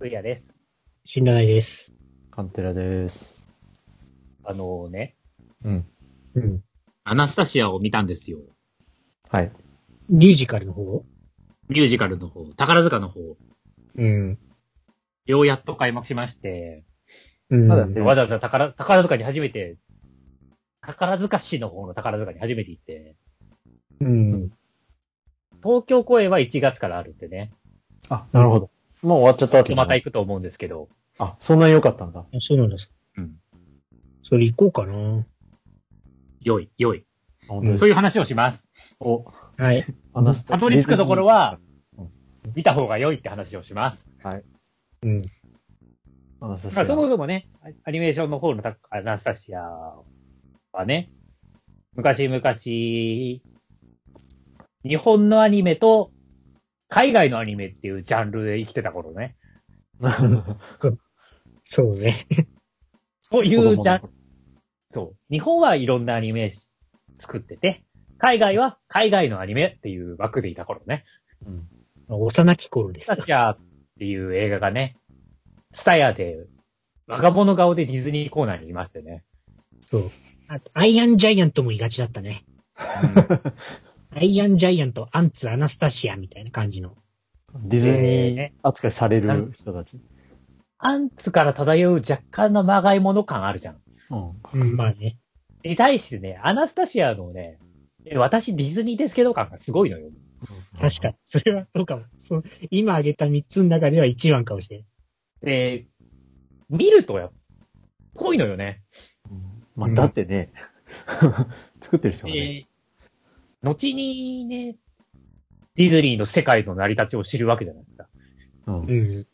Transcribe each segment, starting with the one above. うやです。信頼です。カンテラです。あのね、うん。うん。アナスタシアを見たんですよ。はい。ミュージカルの方ミュージカルの方、宝塚の方、うん。ようやっと開幕しまして、うん。まだねうんわざわざ宝宝塚に初めて、宝塚市の方の宝塚に初めて行って、うん。東京公演は1月からあるってね、あ、なるほど。もう終わっちゃったわちょっとけまたい。行くと思うんですけど、あ、そんなに良かったんだ。あそうなんです。うん。それ行こうかな。良い、良い。本当でそすういう話をします。お、はい。話たどり着くところは、は、見た方が良いって話をします。うん。話しまあ、そもそもね、アニメーションの方のタアナスタシアはね、昔々、日本のアニメと海外のアニメっていうジャンルで生きてた頃ね。 そうね。そういうジャン子供の頃そう。日本はいろんなアニメ作ってて、海外は海外のアニメっていう枠でいた頃ね。うん。幼き頃ですス。タジャーっていう映画がね、スタヤで、我が物顔でディズニーコーナーにいましてね。そう。あと、アイアンジャイアントもいがちだったね。アイアンジャイアント、アンツ、アナスタシアみたいな感じの。ディズニーね扱いされる人たち。アンツから漂う若干のまがいもの感あるじゃん。うん。うん、まあね。に対してね、アナスタシアのね、え私ディズニーですけど感がすごいのよ。確かに。それはそうかも。そう。今挙げた3つの中では1番かもしれん。で、見るとやっ、ぽいのよね。うんまあ、だってね、 作ってる人がね、で、後にね、ディズニーの世界の成り立ちを知るわけじゃないですか。うんうん。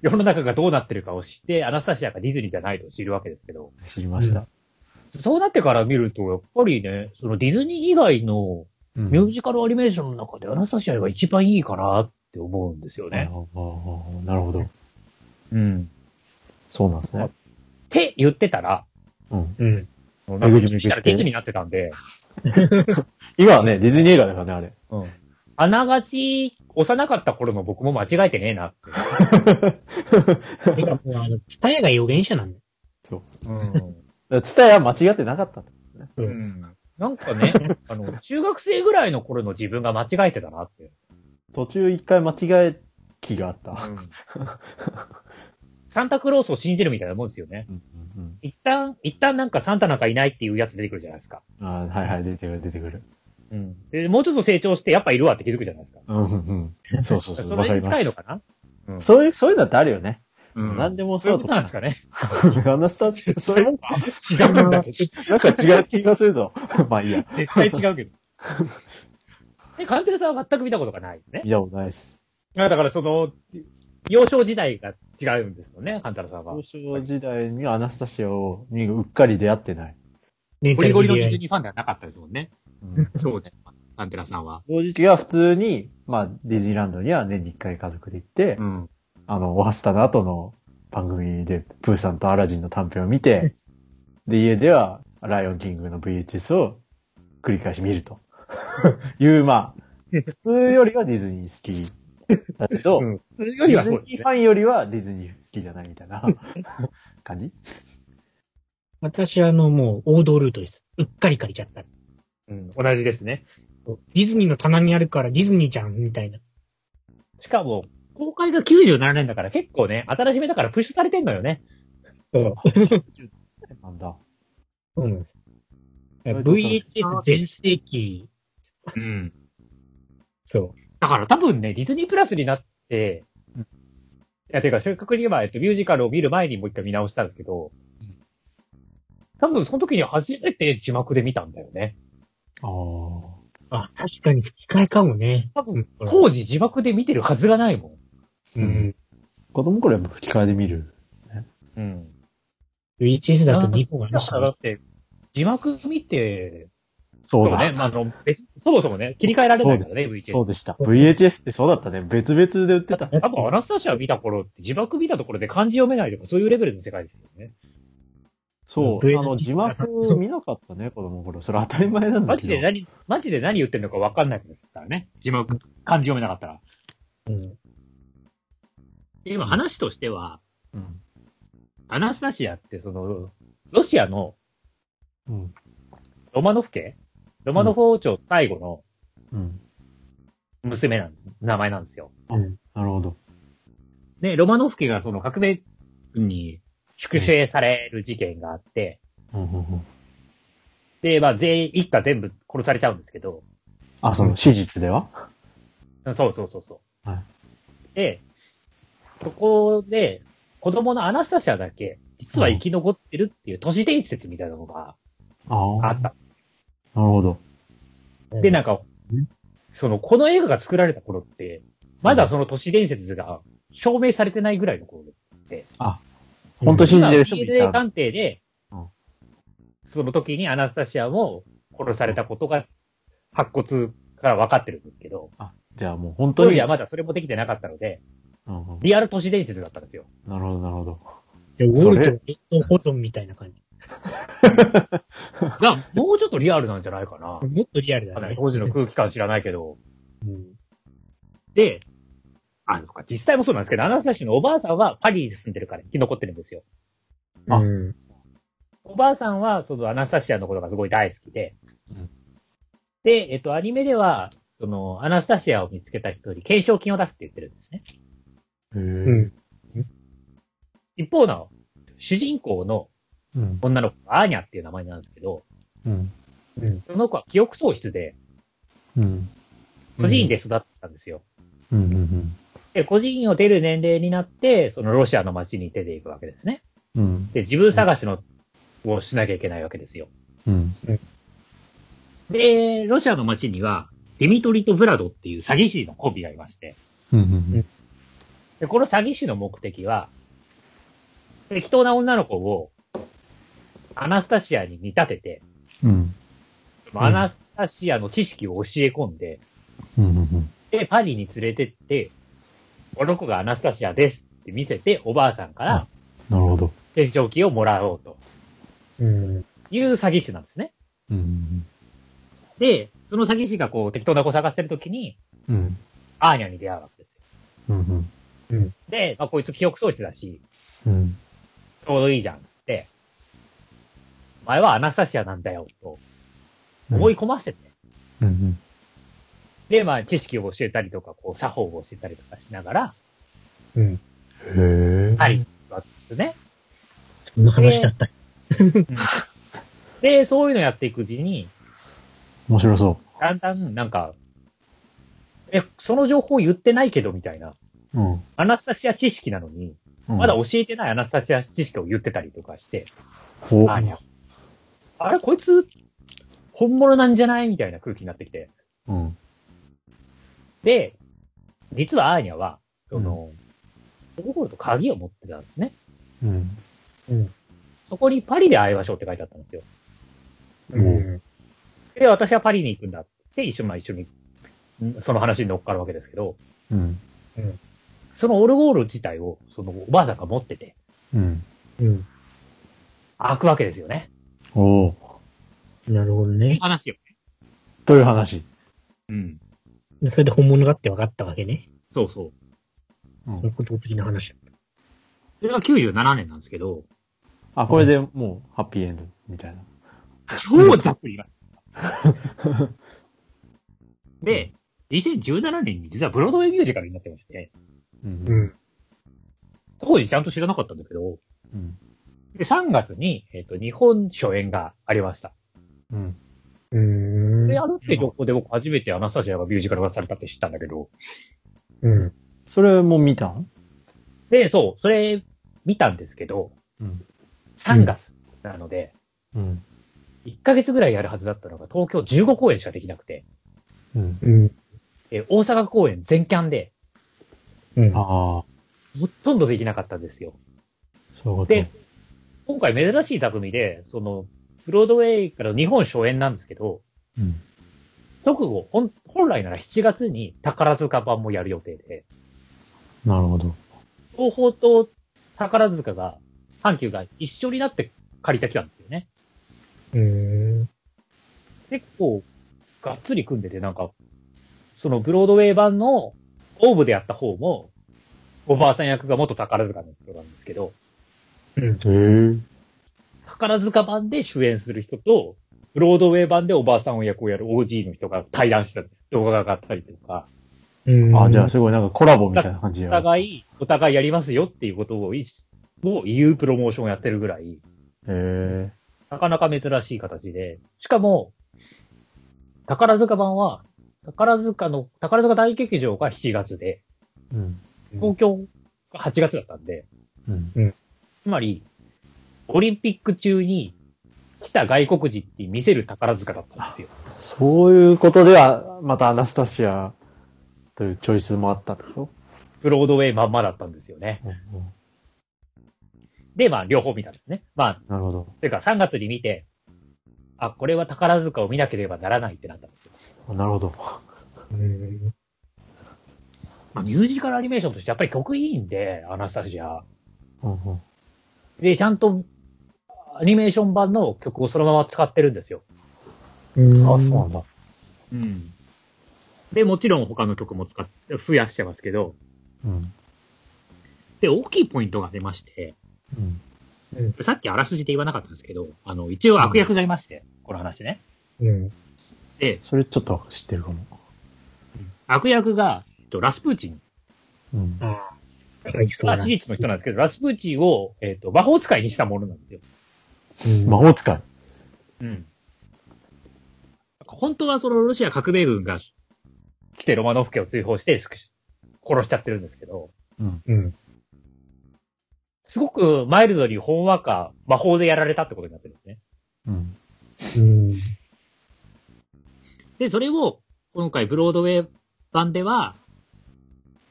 世の中がどうなってるかを知って、アナスタシアがディズニーじゃないと知るわけですけど、知りました。そうなってから見ると、やっぱりね、そのディズニー以外のうんミュージカルアニメーションの中でアナスタシアが一番いいかなって思うんですよなね。るほどなるほど。うん。そうなんですね。って言ってたら、うん。うん。なんぐりかぐり見たらケチになってたんで、今はね、ディズニー映画だからね、あれ。あながち幼かった頃の僕も間違えてねえなって。てかもう、あの、二重が予言者なんだよ。ツタヤ間違ってなかったって。ううんなんか ね、あの、中学生ぐらいの頃の自分が間違えてたなって。途中一回間違え気があった。サンタクロースを信じるみたいなもんですよね。うんうん一旦、一旦なんかサンタなんかいないっていうやつ出てくるじゃないですか。うん、あーはいはい、出てくる、出てくる。うん。で、もうちょっと成長してやっぱいるわって気づくじゃないですか。うんうんうん。そうそうそ。そうわかれりにま近いのす。かなそういう、そういうのってあるよね。うん何でもそういそううこだとなんですかね。と思う。アナスタシアってそういうもんか。 違うんだけど。なんか違う気がするぞ。 まあいいや。絶対違う けど。で、カンテレさんは全く見たことがないですね。見たことないです。だからその、幼少時代が違うんですよね、カンタラさんは幼。少時代にアナスタシアを、にうっかり出会ってない。ねゴリゴリのディズニーファンではなかったですもんね。うんそうじゃん。アンテラさんは。正直は普通に、まあディズニーランドには年に一回家族で行って、うん。あの、ワスタの後の番組で、プーさんとアラジンの短編を見 て、で、家では、ライオンキングの VHS を繰り返し見ると。 いう、ま あ、普通よりはディズニー好きだけど、うんそれよデりィはズそうニですーフね。ァンよりはディズニー好きじゃないみたい な感じ私はあの、もう王道ルートです。うっかり借りちゃった。うん、同じですね。ディズニーの棚にあるからディズニーじゃん、みたいな。しかも、公開が97年だから結構ね、新しめだからプッシュされてんのよね。そう。なんだ。そうなんです。VHS VHS 全盛期、うん。そだから多分ね、ディズニープラスになって、いや、てか、正確には、えっと、ミュージカルを見る前にもう一回見直したんですけど、多分その時に初めて字幕で見たんだよね。ああ。う。あ、確かに吹き替えかもね。多分、うん当時字幕で見てるはずがないもうん。子供頃はやっぱ吹き替えで見る。ん。うん。 VHS だと2本ありだましかたらだね。って、字幕見て、そそううだ。ね、まあ、あの、別、そもそもね、切り替えられないからね、VHS。そうでした。VHS ってそうだったね。別々で売 ってた。多分、アナスタシア見た頃って、字幕見たところで漢字読めないとか、そういうレベルの世界ですよね。そう。 VHS あの、字幕見なかったね、子供頃。それ当たり前なんだマけジど。で何、マジで何言ってんのか分かんないですからね。字幕、漢字読めなかったら。うん。でも話としては、うん。アナスタシアってその、ロシアのうん。ロマノフ家ロマノフ王朝最後のうん。娘なんです、名前なんですよ。うん。なるほど。で、ロマノフ家がその革命軍に粛清される事件があって、うんうんうん。で、まあ全員、一家全部殺されちゃうんですけど、あ、その史実ではそうそうそうそう。はいで、そこで、子供のアナスタシアだけ、実は生き残ってるっていう都市伝説みたいなのがああ。あった。なるほど。で、なんか、その、この映画が作られた頃って、まだその都市伝説が証明されてないぐらいの頃で。本当信じてる人もいた DNA 鑑定でうん、その時にアナスタシアも殺されたことが、白骨から分かってるんですけど、あ、じゃあもう本当当に。時はまだそれもできてなかったので、うんうんリアル都市伝説だったんですよ。なるほど、なるほど。でウォそれルト、冷凍保存みたいな感じ。が、もうちょっとリアルなんじゃないかな。もっとリアルだね。当時の空気感知らないけど。うん。で、あるのか。実際もそうなんですけど、アナスタシアのおばあさんはパリに住んでるから生き残ってるんですよ。あうんおばあさんは、そのアナスタシアのことがすごい大好きで、うんで、えっと、アニメでは、その、アナスタシアを見つけた人に懸賞金を出すって言ってるんですね。へうえ。ん。一方の、主人公のうん。女の子、アーニャっていう名前なんですけど、うん。その子は記憶喪失で、うん。孤児院で育ったんですよ。うん。うん。で、孤児院を出る年齢になって、そのロシアの街に出ていくわけですね。うん。で、自分探しの、をしなきゃいけないわけですよ。うん。で、ロシアの街には、ディミトリとブラドっていう詐欺師のコンビがいまして、うん。で、この詐欺師の目的は、適当な女の子を、アナスタシアに見立てて、うん。アナスタシアの知識を教え込んで、うん。で、パリに連れてって、この子がアナスタシアですって見せて、おばあさんからなるほど。戦勝機をもらおうとうん。いう詐欺師なんですね。うん。で、その詐欺師がこう適当な子探してるときに、うん。アーニャに出会うわけですよ。うん。で、まあこいつ記憶喪失だし、うん。ちょうどいいじゃんっつって、お前はアナスタシアなんだよ、と思い込ませて、うん。で、まあ、知識を教えたりとか、こう、作法を教えたりとかしながら、うん。へえ。パリ。に行くわけですよね。そんな話だった。で、そういうのやっていくうちに、面白そだんだん、なんか、え、その情報言ってないけど、みたいな。う。うん。アナスタシア知識なのに、まだ教えてないアナスタシア知識を言ってたりとかして、おあのあれ、こいつ、本物なんじゃないみたいな空気になってきて。うん。で、実はアーニャは、その、心と鍵を持ってたんですね。うん。そこにパリで会いましょうって書いてあったんですよ。うん。で、私はパリに行くんだって、一緒に、まあ一緒に、んその話に乗っかるわけですけど、うん。そのオルゴール自体を、そのおばあさんが持ってて、うん。うん。開くわけですよね。おお。なるほどね。話よ。という話。うん。それで本物だって分かったわけね。そうそう。うん。孤独的な話だっそれが97年なんですけど、あ、これでもう、ハッピーエンド、みたいな。超ざっくり言います。で、2017年に実はブロードウェイミュージカルになってまして、うた。ん。ん。当時ちゃんと知らなかったんだけど、うん。で、3月に、えっ、と、日本初演がありました。うん。うで、ーあるって情報で僕初めてアナスタジアがミュージカル化されたって知ったんだけど、ん。うん。それも見たんで、そう、それ見たんですけど、うん。 3月なので、うん。 1ヶ月ぐらいやるはずだったのが東京15公演しかできなくて、うん。うん。え大阪公演全キャンで、うん。ああ、ほとんどできなかったんですよ。そういうこと。で、今回珍しい匠で、その、ブロードウェイからの日本初演なんですけど、うん。直後、本本来なら7月に宝塚版もやる予定で、なるほど。東宝と宝塚が、阪急が一緒になって借りてきたんですよね。うん。結構、がっつり組んでて、なんか、そのブロードウェイ版のオーブでやった方も、おばあさん役が元宝塚の人なんですけど、うん。へえ。宝塚版で主演する人と、ブロードウェイ版でおばあさんを役をやる OG の人が対談した動画が上がったりとか、うん。あ、じゃあすごいなんかコラボみたいな感じおや。へ互い、お互いやりますよっていうことをいを言うプロモーションをやってるぐらい、え。なかなか珍しい形で、しかも、宝塚版は、宝塚の、宝塚大劇場が7月で、うん。東京が8月だったんで、うん。つまり、オリンピック中に来た外国人って見せる宝塚だったんですよ。そういうことでは、またアナスタシアというチョイスもあったってこブロードウェイまんまだったんですよね。と、うんうん、で、まあ、両方見たんですね。まあ、なるほどてか3月に見て、あ、これは宝塚を見なければならないってなったんですよ。。あなるほど。うんまあ、ミュージカルアニメーションとしてやっぱり曲いいんで、アナスタジア。うんうんで、ちゃんと、アニメーション版の曲をそのまま使ってるんですよ。うん。あ、そうなんだ。うん。で、もちろん他の曲も使って、増やしてますけど、うん。で、大きいポイントが出まして、うん。さっきあらすじで言わなかったんですけど、あの、一応悪役がいまして、この話ね。うん。で、それちょっと知ってるかも。悪役が、えっとラスプーチン。うん。ああ。はい、そうまあ、だ史。実の人なんですけど、ラスプーチンを、えっ、と、魔法使いにしたものなんですよ。うん魔法使い。うん。本当はそのロシア革命軍が来てロマノフ家を追放して殺しちゃってるんですけど、うん。うん。すごくマイルドにほんわか魔法でやられたってことになってるんですね。うん。うん。で、それを今回ブロードウェイ版では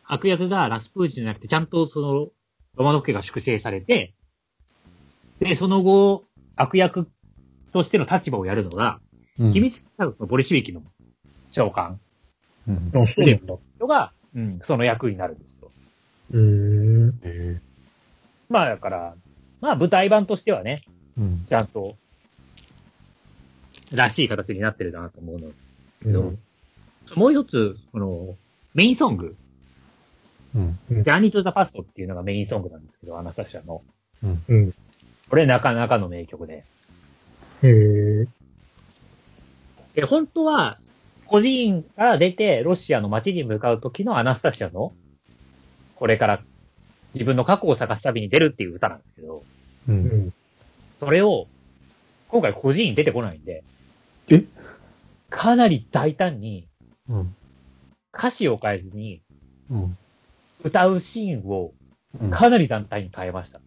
悪役がラスプーチンじゃなくてちゃんとそのロマノフ家が粛清されて、で、その後悪役としての立場をやるのが、うん。秘密警察のボリシビキの長官うん。あ、そうなんだ。人が、うん、その役になるんですよ。うん。えまあだから、まあ舞台版としてはね、ーうん。ちゃんと、らしい形になってるなと思うの。うん。もう一つ、この、メインソング、うん。ジャーニートザパストっていうのがメインソングなんですけど、アナスタシアの。うん。これなかなかの名曲で。へえ。で、本当は、個人から出て、ロシアの街に向かう時のアナスタシアの、これから自分の過去を探す旅に出るっていう歌なんですけど、う。うんん。それを、今回個人出てこないんで、えかなり大胆にうん。歌詞を変えずにうん。歌うシーンをうん。かなり団体に変えました。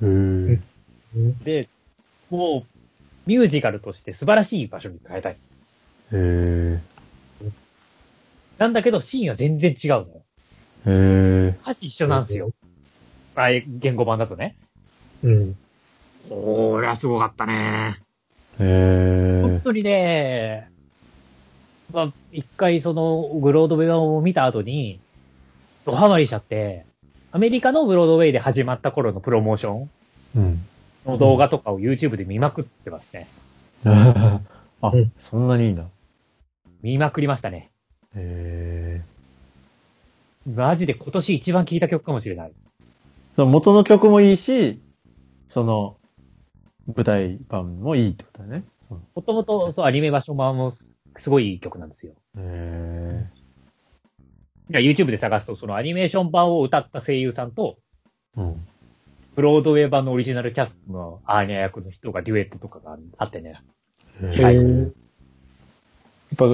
へーで、もうミュージカルとして素晴らしい場所に変えたい。へーなんだけどシーンは全然違うのよ。へー歌詞一緒なんですよ。あ言語版だとね。うん。おー、りゃすごかったね。へー本当にね、まあ、一回その、ブロードウェイ版を見た後に、ドハマりしちゃって、アメリカのブロードウェイで始まった頃のプロモーションうん。の動画とかを YouTube で見まくってますね。あうん、そんなにいいんだ。見まくりましたね。へーマジで今年一番聴いた曲かもしれない。その元の曲もいいし、その、舞台版もいいってことだね。そのもともと、そう、アニメ場所版もすごいいい曲なんですよ。へいや YouTube で探すと、そのアニメーション版を歌った声優さんと、ーうん。ブロードウェイ版のオリジナルキャストのアーニャ役の人がデュエットとかがあってね。へはーいやっぱ、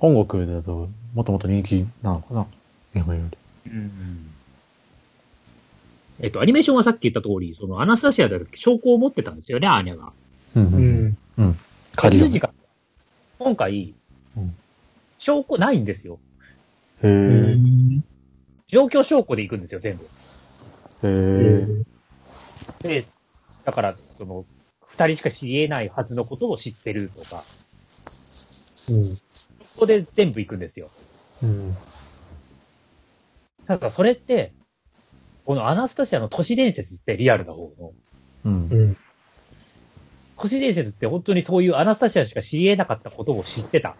本国だと、もともと人気なのかな日本より。うん。えっと、アニメーションはさっき言った通り、そのアナスタシアである証拠を持ってたんですよね、アーニャが。うう。ん。うん。ミ仮ュだージね。カル今回、うん証拠ないんですよ。へー状況証拠で行くんですよ、全部。へーで、だから、その、二人しか知り得ないはずのことを知ってるとか、そこで全部行くんですよ。うん。ただそれって、このアナスタシアの都市伝説ってリアルな方の、うん。うん。都市伝説って本当にそういうアナスタシアしか知り得なかったことを知ってた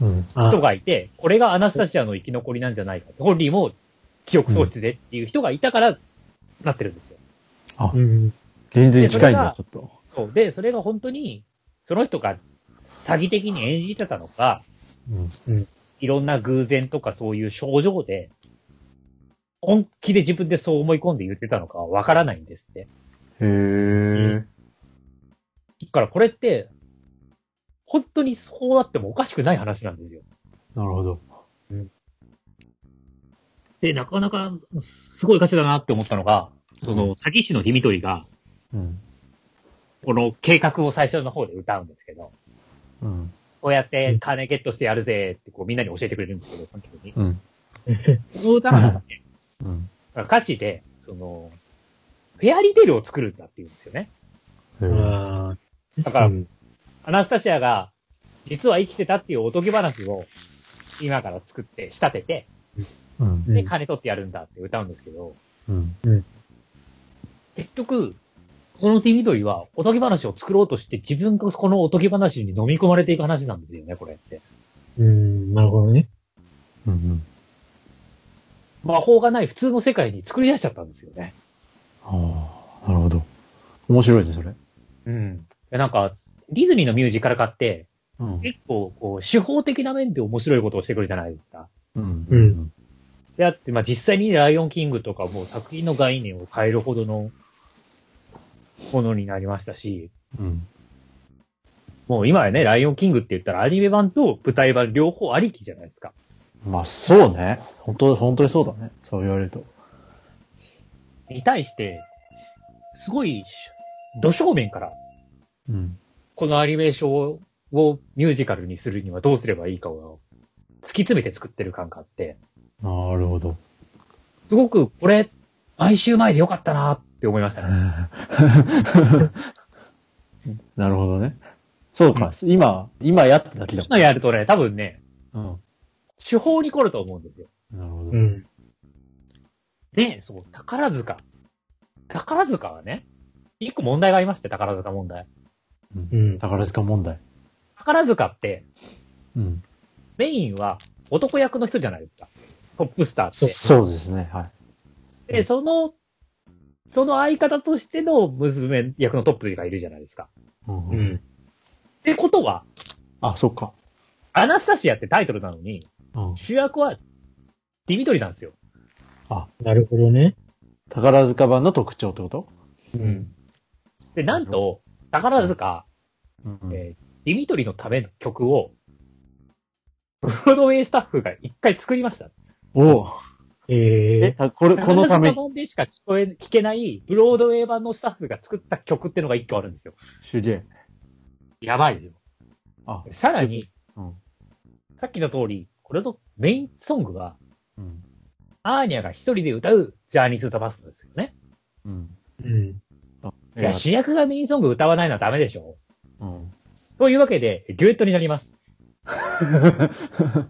うん。あ人がいて、これがアナスタシアの生き残りなんじゃないか。本人も記憶喪失でっていう人がいたから、なってるんですよ。うん。現実に近いんだ、ちょっと。そう。で、それが本当に、その人が詐欺的に演じてたのか、うん。いろんな偶然とかそういう症状で、本気で自分でそう思い込んで言ってたのかはわからないんですって。へえ。だからこれって、本当にそうなってもおかしくない話なんですよ。なるほど。で、なかなか、すごい歌詞だなって思ったのが、そうんの、詐欺師のひみとりが、うん。この計画を最初の方で歌うんですけど、うん。こうやって金ゲットしてやるぜってこうみんなに教えてくれるんですけど、その時に。うん。この歌がね、うん。歌詞で、その、フェアリーテールを作るんだって言うんですよね。へーあだあから、うんアナスタシアが、実は生きてたっていうおとぎ話を、今から作って、仕立てて、うん。で、金取ってやるんだって歌うんですけど、うん。結局、このティミドリは、おとぎ話を作ろうとして、自分がこのおとぎ話に飲み込まれていく話なんですよね、これって。うん、なるほどね。うん。魔法がない普通の世界に作り出しちゃったんですよね。ああ、なるほど。面白いね、それ。うん。なんか、ディズニーのミュージカル化って、うん。結構、こう、手法的な面で面白いことをしてくるじゃないですか。うん。ううんん。であって、まあ、実際にライオンキングとかもう作品の概念を変えるほどのものになりましたし、うん。もう今やね、ライオンキングって言ったらアニメ版と舞台版両方ありきじゃないですか。まあ、そうね。本当、本当にそうだね。そう言われると。に対して、すごい、土正面から、うん。このアニメーションをミュージカルにするにはどうすればいいかを突き詰めて作ってる感があって、なるほど。すごくこれ、毎週前でよかったなって思いましたね。なるほどね。そうか。今、今やっただけだも今やるとね、多分ね、ん。手法に来ると思うんですよ。うん。なるほどう。ん。で、そう、宝塚。宝塚はね、一個問題がありまして、宝塚問題。うん。宝塚問題。宝塚って、うん。メインは男役の人じゃないですか。トップスターって。そうですね。はい。で、その、その相方としての娘役のトップがいるじゃないですか。うんう。ん。ってことは、あ、そっか。アナスタシアってタイトルなのに、うん。主役はディミトリなんですよ。なるほどね。宝塚版の特徴ってことうん。で、なんと、宝塚、うん。えーディミトリのための曲を、ブロードウェイスタッフが一回作りました。おえ、ええ。たこれ、このため宝塚に、版でしか聞こえ、聞けない、ブロードウェイ版のスタッフが作った曲ってのが一個あるんですよ。 すげえ。やばいですよ。あ、さらに、うん。さっきの通り、これのメインソングは、うん。アーニャが一人で歌うジャーニーズ・ザ・バストですよね。うん。うん。いや、主役がメインソング歌わないのはダメでしょ。うん。 というわけで、デュエットになります。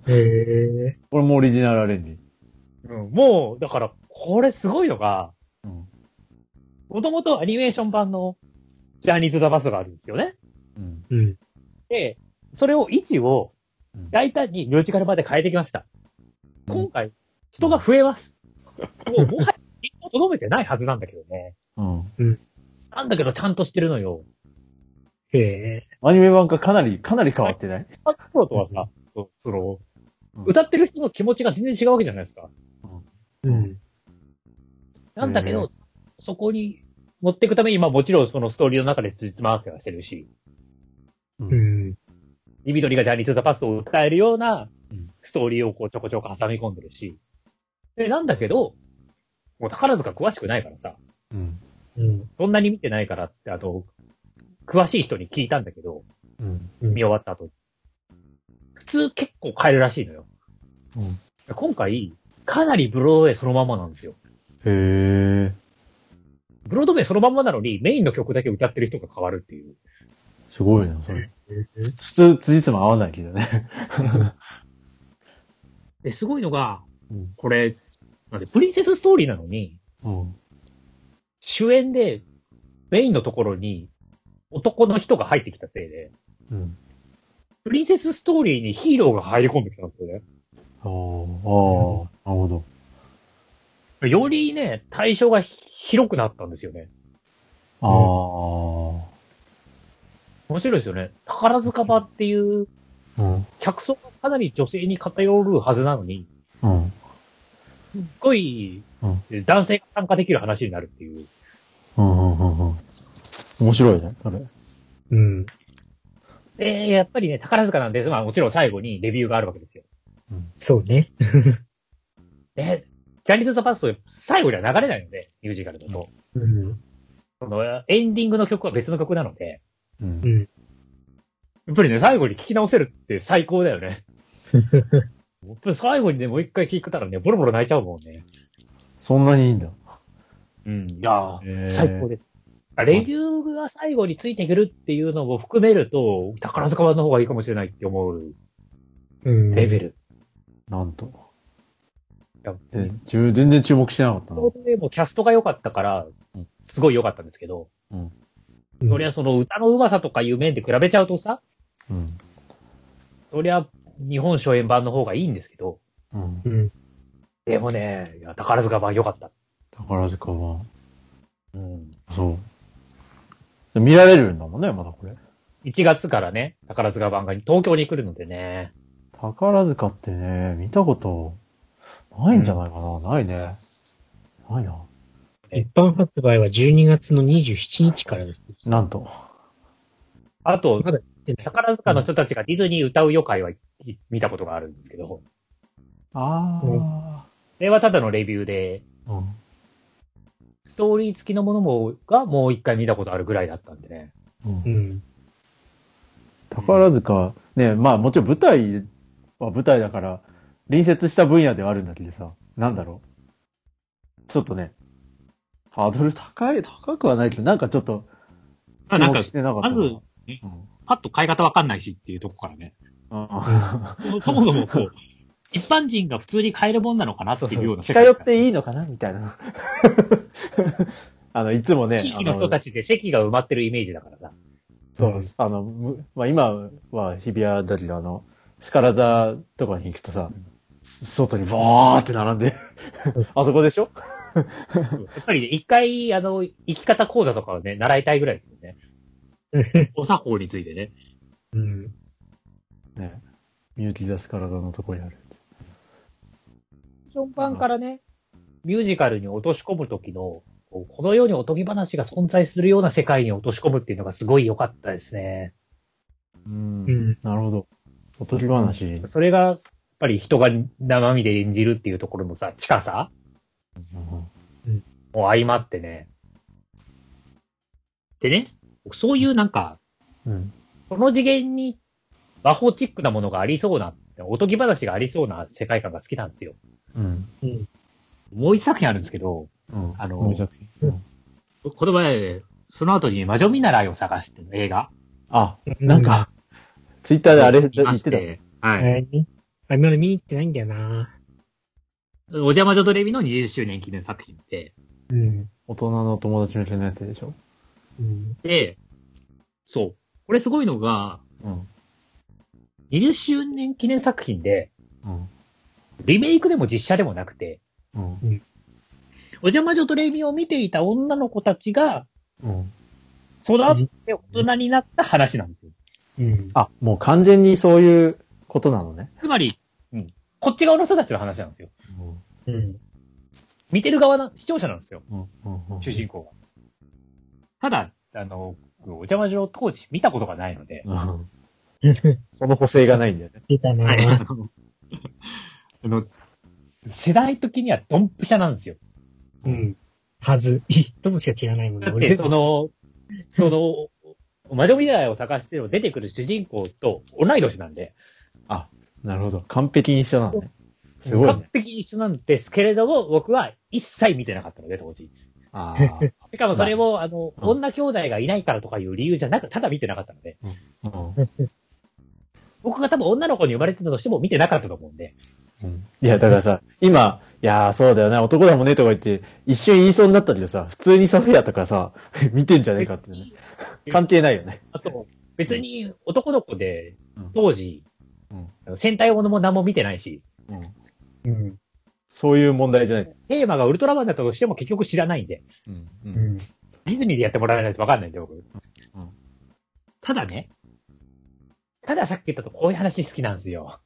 ええ。これもオリジナルアレンジ。うん、もう、だから、これすごいのが、うん。もともとアニメーション版のジャーニーズ・ザ・バストがあるんですよね。うん。うん。で、それを位置をうん大胆にミュージカルまで変えてきました。うん今回、人が増えます。もう、もはや、一歩とどめてないはずなんだけどね。うん。なんだけど、ちゃんとしてるのよ。ええ。アニメ版かかなり、かなり変わってないあの頃とはさ、そそのうん、歌ってる人の気持ちが全然違うわけじゃないですか。うん。なんだけへど、そこに持っていくために、まあもちろんそのストーリーの中でつじつま合わせはしてるし、うん。リビドリがジャーニーズ・ザ・パストを歌えるようなうんストーリーをこうちょこちょこ挟み込んでるし。で、なんだけど、もう宝塚詳しくないからさ、うん。うん。そんなに見てないからって、あの、詳しい人に聞いたんだけど、うん。見終わった後。普通結構変えるらしいのよ。うん。今回、かなりブロードウェイそのまんまなんですよ。へえ。ブロードウェイそのまんまなのに、メインの曲だけ歌ってる人が変わるっていう。すごいな、それ。普通、辻褄合わないけどね。で、すごいのが、 うん。これ、なんで、プリンセスストーリーなのに、うん。主演で、メインのところに、男の人が入ってきたせいで、うん。プリンセスストーリーにヒーローが入り込んできたんですよね。ああ、ああ、なるほど。よりね、対象が広くなったんですよね。ああ。面白いですよね。宝塚場っていう、うん。客層がかなり女性に偏るはずなのに、うん。すっごいうん、男性が参加できる話になるっていう。うん。うんうん。うん。面白いね、それ。うん。で、やっぱりね、宝塚なんです。まあもちろん最後にレビューがあるわけですよ。そうね。で、ジャニーズ・ザ・パスト、最後には流れないので、ミュージカルだと。うん。その、エンディングの曲は別の曲なので、う。うんん。やっぱりね、最後に聞き直せるって最高だよ ね。やっぱり最後にね、もう一回聞くたらね、ボロボロ泣いちゃうもんね。そんなにいいんだ。うん。いやーえー最高です。レビューが最後についてくるっていうのも含めると、宝塚版の方がいいかもしれないって思ううん。レベル。なんと。いやでちゅ全然注目してなかったな。でもキャストが良かったからうん、すごい良かったんですけど、うん。そりゃその歌の上手さとかいう面で比べちゃうとさ、うん。そりゃ日本初演版の方がいいんですけど、うん。うん。でもね、いや宝塚版良かった。宝塚は、うん。そう。見られるんだもんね、まだこれ。 1月からね、宝塚版が東京に来るのでね、宝塚ってね、見たことないんじゃないかな。ないね。ないな。一般発売は12月の27日からです。なんと。あと、まだ出てない宝塚の人たちがディズニー歌う余会はい見たことがあるんですけど、ああ。それはただのレビューで、うん。ストーリー付きのものも、がもう一回見たことあるぐらいだったんでね。うんうん。宝塚、ね、まあもちろん舞台は舞台だから、隣接した分野ではあるんだけどさ、なんだろう。ちょっとね、ハードル高い、高くはないけど、なんかちょっと、あなんか注目してなかったまな。ず、うんパッと買い方わかんないしっていうとこからね。あそもそも こう、一般人が普通に買えるもんなのかなっていうような近寄っていいのかなみたいな。 あの、いつもね、地あ域の人たちで席が埋まってるイメージだからさ。そう、あの、むまあ、今は日比谷だけど、あの、スカラ座とかに行くとさ、外にバーって並んで、あそこでしょやっぱりね、一回、あの、生き方講座とかをね、習いたいぐらいですよね。お作法についてね。うん。ね。みゆき座スカラ座のとこにあるやつ。ション版からね、ミュージカルに落とし込む時の、こうこの世におとぎ話が存在するような世界に落とし込むっていうのがすごい良かったですね。う。うんん。なるほど。おとぎ話。それが、やっぱり人が生身で演じるっていうところのさ、近さもう相まってね、でね、そういうなんか、うん。この次元に魔法チックなものがありそうな、おとぎ話がありそうな世界観が好きなんですよ。うん。うん。もう一作品あるんですけど、うん。あの森崎うんこの前、その後に魔女見習いを探しての映画。あ、なんか、ツイッターであれ見言まっしてた。て、はい。えーあ、まだ見に行ってないんだよな。お邪魔女ドレミの20周年記念作品で、うん。大人の友達向けのやつでしょうん。で、そう。これすごいのが、うん。 20周年記念作品で、うん。リメイクでも実写でもなくて、うん。お邪魔女とレイミを見ていた女の子たちが、うん。育って大人になった話なんですよ。うん。あ、もう完全にそういうことなのね。つまり、こっち側の人たちの話なんですよ。うん。うん。見てる側の視聴者なんですよ、うん。うん。主人公ただ、が。あの、お邪魔女当時見たことがないので、うん。出その補正がないんだよね。たはいな。あの、世代的にはドンピシャなんですよ。うん。はず。一つしか違わないもんね。だっ俺て、全部その、その、魔女未来を探しても出てくる主人公と同い年なんで、なるほど。完璧に一緒なのね。すごいね完。璧に一緒なんですけれども、僕は一切見てなかったので、当時。ああ。しかもそれも、あの、うん女兄弟がいないからとかいう理由じゃなく、ただ見てなかったので、うん僕が多分女の子に生まれてたとしても見てなかったと思うんで、うんいや、だからさ、今、いやー、そうだよね、男だもんねとか言って、一瞬言いそうになったけどさ、普通にソフィアとかさ、 見てんじゃねえかってね。関係ないよね。あと、別に男の子でうん、当時、うん戦隊ものも何も見てないし、ううん。ん。そういう問題じゃない。テーマがウルトラマンだったとしても結局知らないんで、うん。う。うんん。ディズニーでやってもらわないとわかんないんで、僕。ただね、たださっき言ったとこういう話好きなんですよ。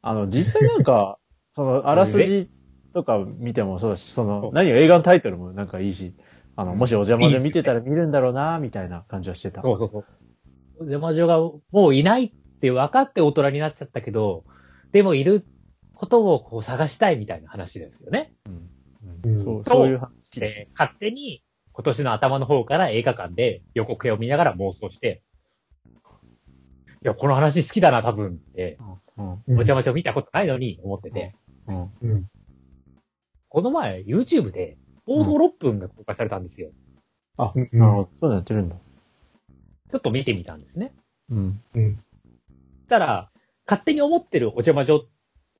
あの、実際なん か、その、あらすじとか見てもそうだし、そそのう、何よ、映画のタイトルもなんかいいし、あの、もしお邪魔で見てたら見るんだろうな、みたいな感じはしてた。そうそうそう。デマジョがもういないって分かって大人になっちゃったけど、でもいることをこう探したいみたいな話ですよね。ううんんそう、そうそういう話。で勝手に今年の頭の方から映画館で予告編を見ながら妄想して、いや、この話好きだな、多分って、うん。もちゃもちゃ見たことないのに思ってて、うん。うん。この前 YouTube で冒頭6分が公開されたんですよ。あ、うんなるほど。そうなってるんだ。ちょっと見てみたんですね。うん。うん。そしたら、勝手に思ってるお邪魔女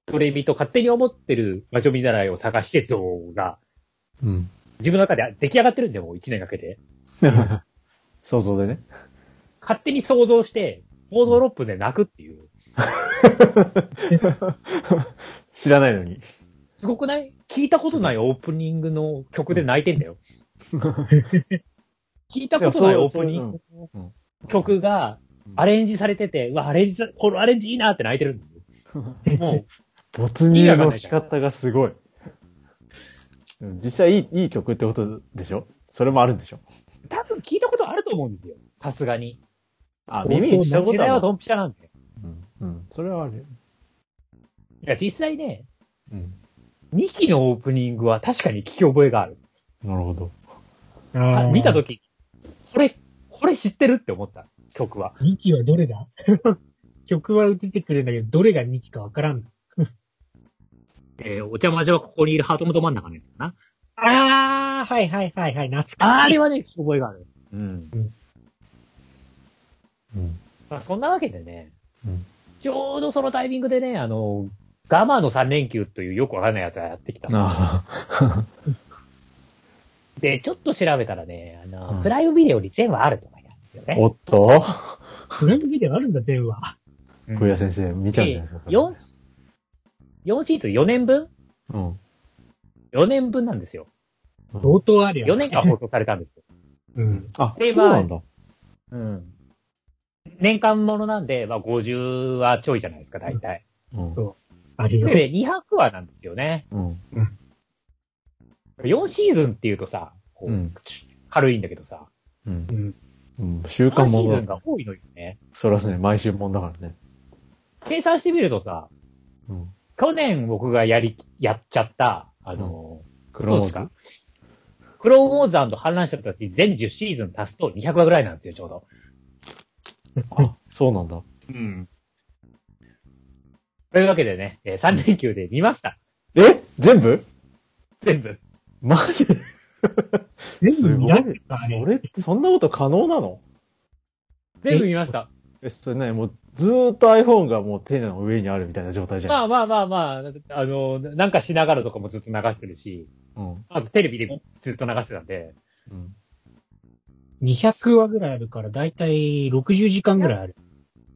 トレビと勝手に思ってる魔女見習いを探して像が、うん。自分の中で出来上がってるんで、もう1年かけて。想像 でね。勝手に想像して、冒頭6分で泣くっていう。知らないのに。すごくない聞いたことないオープニングの曲で泣いてんだよ。聞いたことないオープニングの曲がうんアレンジされてて、うわ、アレンジさ、このアレンジいいなって泣いてるんだよ。もう、没入の仕方がすごい。うん実際いい、いい曲ってことでしょそれもあるんでしょ多分聞いたことあると思うんですよ。さすがに。あ、耳にしたこ時と代ははドンピシャなんで。うん。うん。それはある。いや、実際ね、うん。 2期のオープニングは確かに聞き覚えがある。なるほど。ああ見たととき、これ、これ知ってるって思った。曲は。 2期はどれだ曲は出てくるんだけど、どれが2期かわからん。えー、お茶魔女はここにいるハートのど真ん中のやつかな。あー、はいはいはいはい、懐かしい。あれはね、聞き覚えがある。うんうん。うん。まあ、そんなわけでね、うんちょうどそのタイミングでね、あの、ガマの3連休というよくわかんないやつがやってきた。ああ。で、ちょっと調べたらね、あの、うんプライムビデオに全話あるとか言うんですよね。おっとフラグビデオあるんだ、電話。うん小屋先生、見ちゃうんじゃないですかそれ4、4シーズン4年分うん。 ?4 年分なんですよ。相当あるよ。 4年間放送されたんですよ。うん。あ、でそうなんだ。うん。年間ものなんで、まあ50話ちょいじゃないですか、大体。うん。あるよ。で、200話なんですよね。うん。 4シーズンっていうとさ、こううん軽いんだけどさ、うんう。ん。うん。週3刊シもーズンのだ。が多いのよね。そらすね、毎週もんだからね。計算してみるとさ、うん。去年僕がやり、やっちゃった、あの、クどうですかクローンウォーズ反乱者たち全10シーズン足すと200話ぐらいなんですよ、ちょうど。あ、そうなんだ。うん。というわけでね、え3連休で見ました。え全部全部。マジで全部見られるか、あそれ。れ、そんなこと可能なの全部見ました。え、それね、もう、ずーっと iPhone がもう手の上にあるみたいな状態じゃん。まあまあまあまあ、あの、なんかしながらとかもずっと流してるし、うん。あとテレビでもずっと流してたんで、うん。 200話ぐらいあるから、だいたい60時間ぐらいある。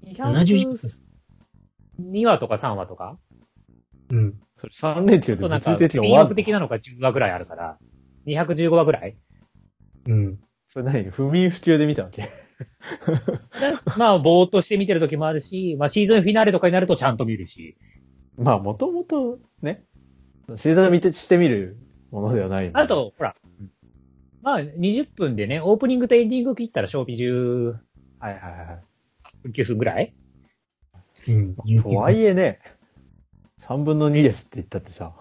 70 202話とか3話とか、うん。それ3連ちょ休っでとなん物か、理的に終音わる楽の的なのが10話ぐらいあるから、215話ぐらいうん。それ何不眠不休で見たわけな まあ、ぼーっとして見てる時もあるし、まあ、シーズンフィナーレとかになるとちゃんと見るし。まあ、もともと、ね。星座見て、してみるものではない。あ、と、ほら、まあ、20分でね、オープニングとエンディング切ったら、賞味10、はいはいは9分ぐらいうん。い。とはいえね、3分の2ですって言ったってさ。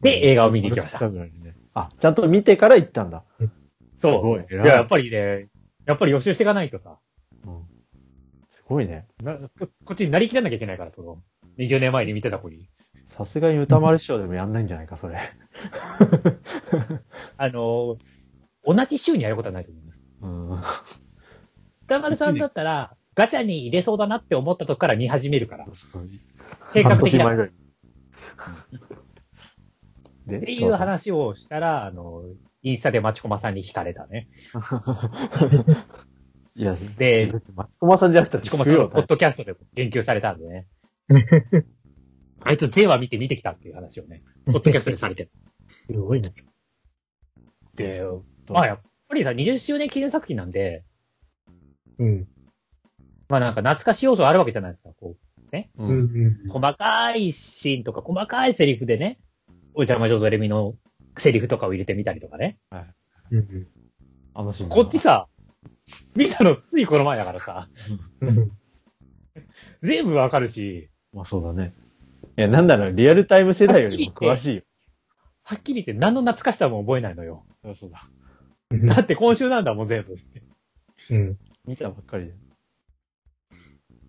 で、映画を見に行きましこた。れ二日ぐらいでねあ、ちゃんと見てから行ったんだ。そう。すごい。いや、偉やいっ。ぱりね、やっぱり予習していかないとさ、うんすごいね。なここっちになりきらなきゃいけないから、その、20年前に見てた子に。さすがに歌丸師匠でもやんないんじゃないか、それ。あのー同じ週にやることはないと思います。うん。歌丸さんだったら、ガチャに入れそうだなって思ったとこから見始めるから、計画半的年な前ぐらい。でっていう。話をしたら、あの、インスタで町駒さんに惹かれたね。 いや、で、マチコマさんじゃなくて、町聞駒くさんのよポッ。ドキャストでも言及されたんでね。あいつ全話見て見てきたっていう話をね、ポッドキャストでされてすごいな。て、まあやっぱりさ、20周年記念作品なんで、うん。まあなんか懐かしい要素あるわけじゃないですか。こうんうんう、細かいシーンとか細かいセリフでね、お邪魔女ドレミのセリフとかを入れてみたりとかね。うんうんあのシーン。こっちさ、見たのついこの前だからさ、うん全部わかるし、まあそうだね。いや、なんならリアルタイム世代よりも詳しいよ。はっきり言って何の懐かしさも覚えないのよ。そうそうだ。うんだって今週なんだもん全部。うん。見たばっかり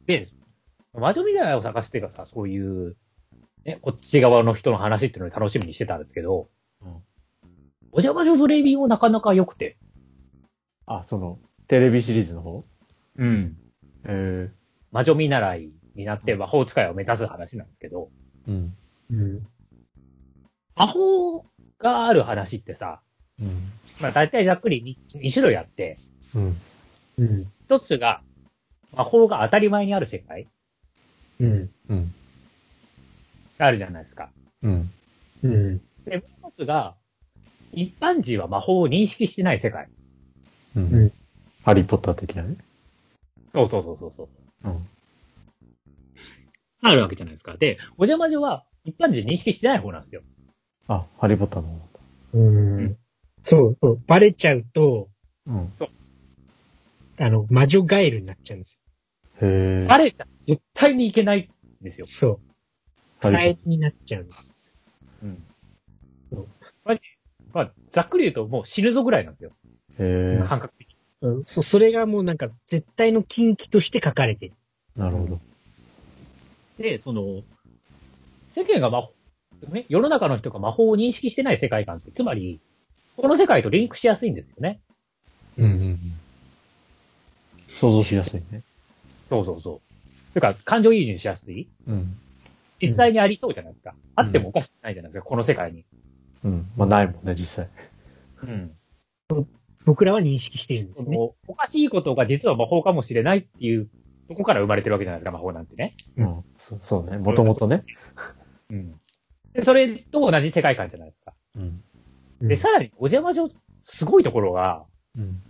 で。で、魔女みたいなのを探してがさ、そういう、ね、こっち側の人の話っていうのを楽しみにしてたんですけど、うんお邪魔女ドレミもなかなか良くて。あ、その、テレビシリーズの方うん。え魔女見習いになって魔法使いを目指す話なんですけど、えうん。うん。魔法がある話ってさ、うん。まあ大体ざっくり 2, 種類あって、ううん。ん。一つが魔法が当たり前にある世界うん。うん。あるじゃないですか。うん。うん。で、もう一つが一般人は魔法を認識してない世界。ううんん。ハリーポッター的なね。そうそうそうそうそう。うん。あるわけじゃないですか。で、お邪魔女は一般人認識してない方なんですよ。あ、ハリーポッターの方うん。そう、そうバレちゃうと、うん。へあの、魔女ガエルになっちゃうんですえ。バレたら絶対にいけないんですよよ。。そう。ハカエリルになっちゃうんです。まあ、ざっくり言うともう死ぬぞぐらいなんですよ。ポへ感覚的に。うん。そ、それがもうなんか、絶対の禁忌として書かれてる。え。なるほど。で、その、世間が魔法、ね、世の中の人が魔法を認識してない世界観って、つまり、この世界とリンクしやすいんですよね。うんうんうん。想像しやすいね。そうそうそう。というか、感情移入しやすいうん。実際にありそうじゃないですか。あってもおかしくないじゃないですか、この世界に。うん。まあないもんね、実際。うん。僕らは認識してるんでそすね。の、おかしいことが実は魔法かもしれないっていう、とこから生まれてるわけじゃないですか、魔法なんてね。うん。そそうね。もともとね。うん。で、それと同じ世界観じゃないですか。うん。うで、んさらに、お邪魔女、すごいところが、うん。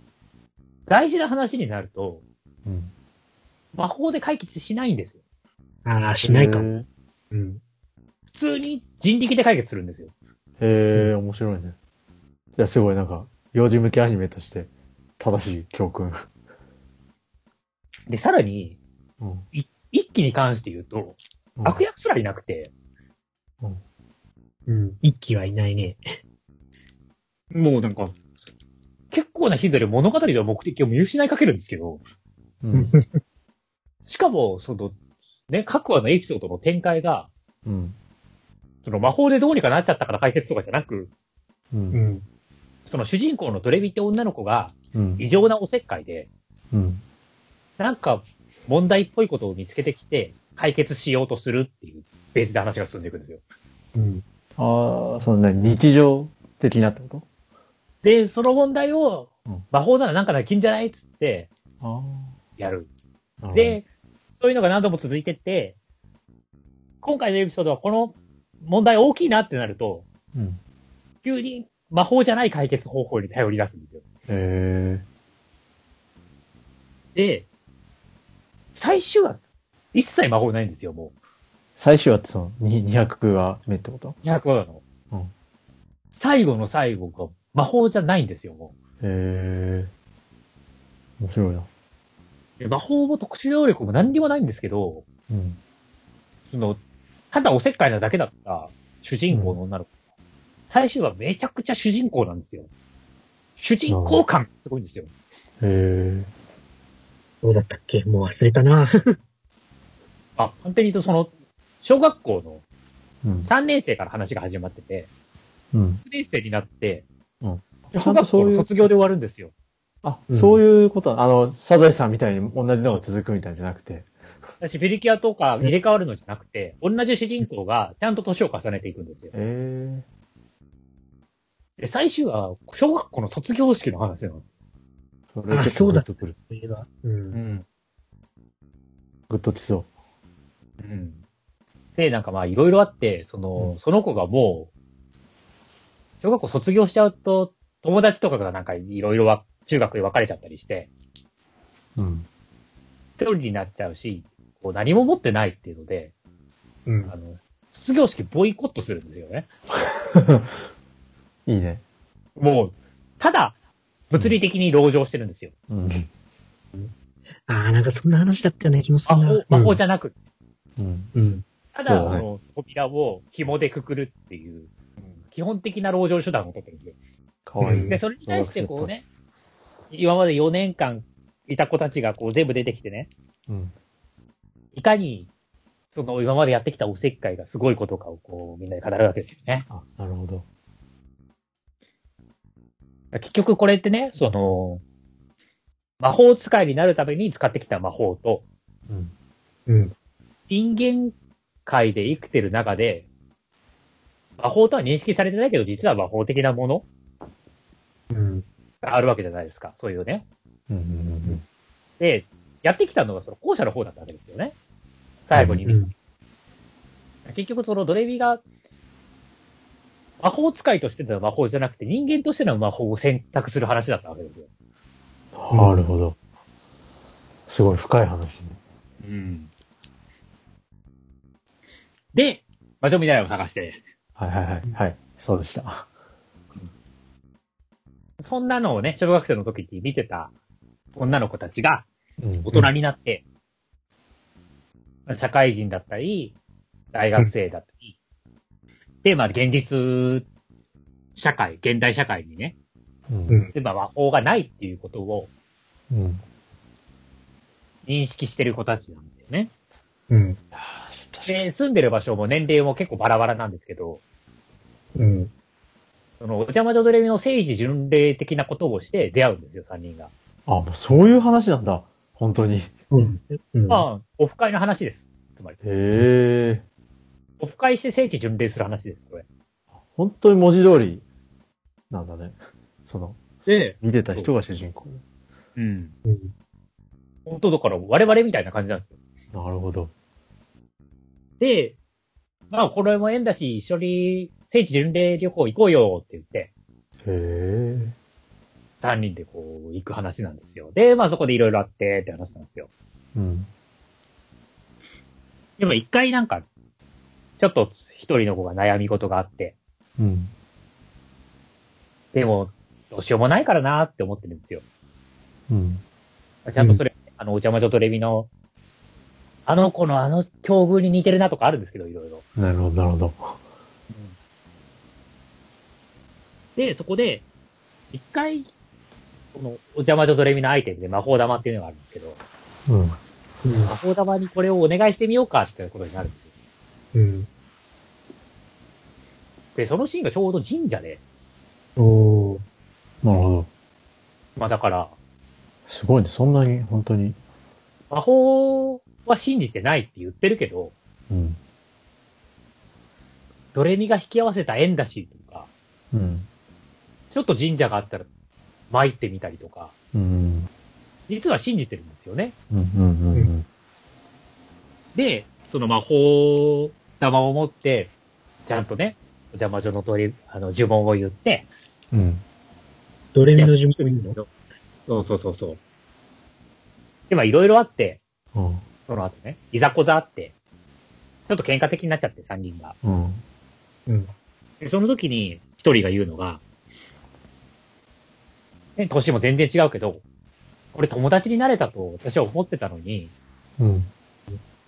大事な話になると、うん。魔法で解決しないんですよ。ああ、しないかへも。ーうん。普通に人力で解決するんですよ。へえ、面白いね。いや、すごい、なんか、幼児向けアニメとして、正しい教訓。で、さらに、うん。一気に関して言うと、悪役すらいなくて、うん。一気はいないね。もうなんか、結構な頻度で物語の目的を見失いかけるんですけど、うん。しかも、その、ね、各話のエピソードの展開が、うん。その魔法でどうにかなっちゃったから解決とかじゃなく、う。うんん。その主人公のドレミって女の子がうん。異常なおせっかいで、うん。なんか、問題っぽいことを見つけてきて、解決しようとするっていうベースで話が進んでいくんですよ。うん。ああ、そのね、日常的なってことで、その問題をうん、魔法ならなんかできんじゃないっつって、あやる。あ。で、そういうのが何度も続いてって、今回のエピソードはこの問題大きいなってなると、うん。急に魔法じゃない解決方法に頼り出すんですよ。へえ。で、最終話、一切魔法ないんですよ、も最終話ってその、に200話目ってことう。200話の。うん最後の最後が魔法じゃないんですよ、もう。へえ。面白いな。で魔法も特殊能力も何にもないんですけど、うん。その、ただおせっかいなだけだった主人公の女の子。最終はめちゃくちゃ主人公なんですよ。主人公感がすごいんですよ。へえ。どうだったっけもう忘れたな。あ、簡単に言うとその、小学校のうん。 3年生から話が始まってて、うん。 9年生になって、うん小学校の卒業で終わるんですよ。あ、うんそういうことなあの、サザエさんみたいに同じのが続くみたいじゃなくて。私、ビリキュアとか入れ替わるのじゃなくて、同じ主人公がちゃんと年を重ねていくんですよ。えで、最終は小学校の卒業式の話なの。えそれちょっとグッとくる。そういえばうん。ん。グッときそうん。で、なんかまあいろいろあって、その、その子がもう、小学校卒業しちゃうと、友達とかがなんかいろいろわ中学で別れちゃったりして、 うん。一人になっちゃうし、こう何も持ってないっていうので、うんあ。の、卒業式ボイコットするんですよね。いいね。もう、ただ、物理的に籠城してるんですよ。うん。ああ、なんかそんな話だったよね、気もす魔るな。法、魔法じゃなくて、うん。うん。ただ、そうあだねの、扉を紐でくくるっていう、基本的な籠城手段を取ってるんですよ。かわいい。で、それに対してこうね、今まで4年間いた子たちがこう全部出てきてね、うん。いかに、その今までやってきたおせっかいがすごいことかをこうみんなで語るわけですよね。あ、なるほど。結局これってね、その、魔法使いになるために使ってきた魔法と、うん。うん。人間界で生きてる中で、魔法とは認識されてないけど、実は魔法的なものうん。があるわけじゃないですか。そういうね。うんうんで、やってきたのがその後者の方だったわけですよね。最後に見うせん。結局そのドレミが、魔法使いとしての魔法じゃなくて人間としての魔法を選択する話だったわけですよ。うん。なるほど。すごい深い話ね。うん。で、魔女見習いを探して。はいはいはい。はい。そうでした。そんなのをね、小学生の時に見てた女の子たちがうん大人になって、社会人だったり、大学生だったり、で、まあ現実社会、現代社会にね、うん。で、まあ魔法がないっていうことをうん。認識してる子たちなんだよね。うん。あー確かで、住んでる場所も年齢も結構バラバラなんですけど、うん。その、お邪魔女ドレミの聖地巡礼的なことをして出会うんですよ、三人が。あ、もうそういう話なんだ。本当に。へうん。うん。まあ、オフ会の話です。つまり、え。オフ会して聖地巡礼する話です、これ。本当に文字通りなんだね。その、で、見てた人が主人公。うん。うん本当だから、我々みたいな感じなんですよ。なるほど。で、まあ、これも縁だし、一緒に聖地巡礼旅行行こうよって言って、へえ。三人でこう、行く話なんですよ。で、まあ、そこでいろいろあって、って話なんですよ。うん。でも、一回なんか、ちょっと一人の子が悩み事があって、うん。でも、どうしようもないからなーって思ってるんですよ。うん。ちゃんとそれ、あの、お邪魔女とレミの、あの子のあの境遇に似てるなとかあるんですけど、いろいろ。なるほど、なるほど。で、そこで、一回、この、お邪魔女とレミのアイテムで魔法玉っていうのがあるんですけど、うん。魔法玉にこれをお願いしてみようかってことになるんですよ。うん。で、そのシーンがちょうど神社で、うん。おー。なるほど。まあだから、すごいね。そんなに、本当に。魔法は信じてないって言ってるけど、うん。ドレミが引き合わせた縁だしとか、うん。ちょっと神社があったら参ってみたりとか、うん。実は信じてるんですよね。うん。うん。うん。で、その魔法玉を持って、ちゃんとね、お邪魔女の通り、あの、呪文を言って、うん。ドレミの準備見るのそうそうそうそう。で、まあいろいろあって、うん。その後ね、いざこざあって、ちょっと喧嘩的になっちゃって、三人が。うん。うん。で、その時に一人が言うのが、ね、年も全然違うけど、俺友達になれたと私は思ってたのに、うん。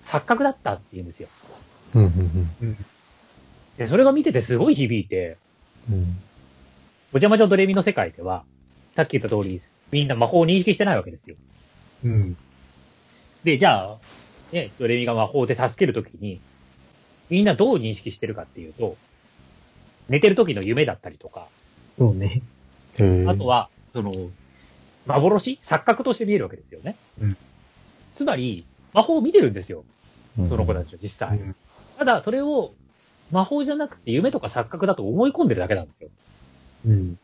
錯覚だったって言うんですよ。うん。うん。で、それが見ててすごい響いて、うん。お邪魔女ドレミの世界では、さっき言った通り、みんな魔法を認識してないわけですよ。うん。で、じゃあ、ね、ドレミが魔法で助けるときに、みんなどう認識してるかっていうと、寝てる時の夢だったりとか、そうね。へえ。あとは、その、幻錯覚として見えるわけですよね。うんつまり、魔法を見てるんですよ、うん、その子たちは実際。うんただ、それを、魔法じゃなくて夢とか錯覚だと思い込んでるだけなんですよ。うん。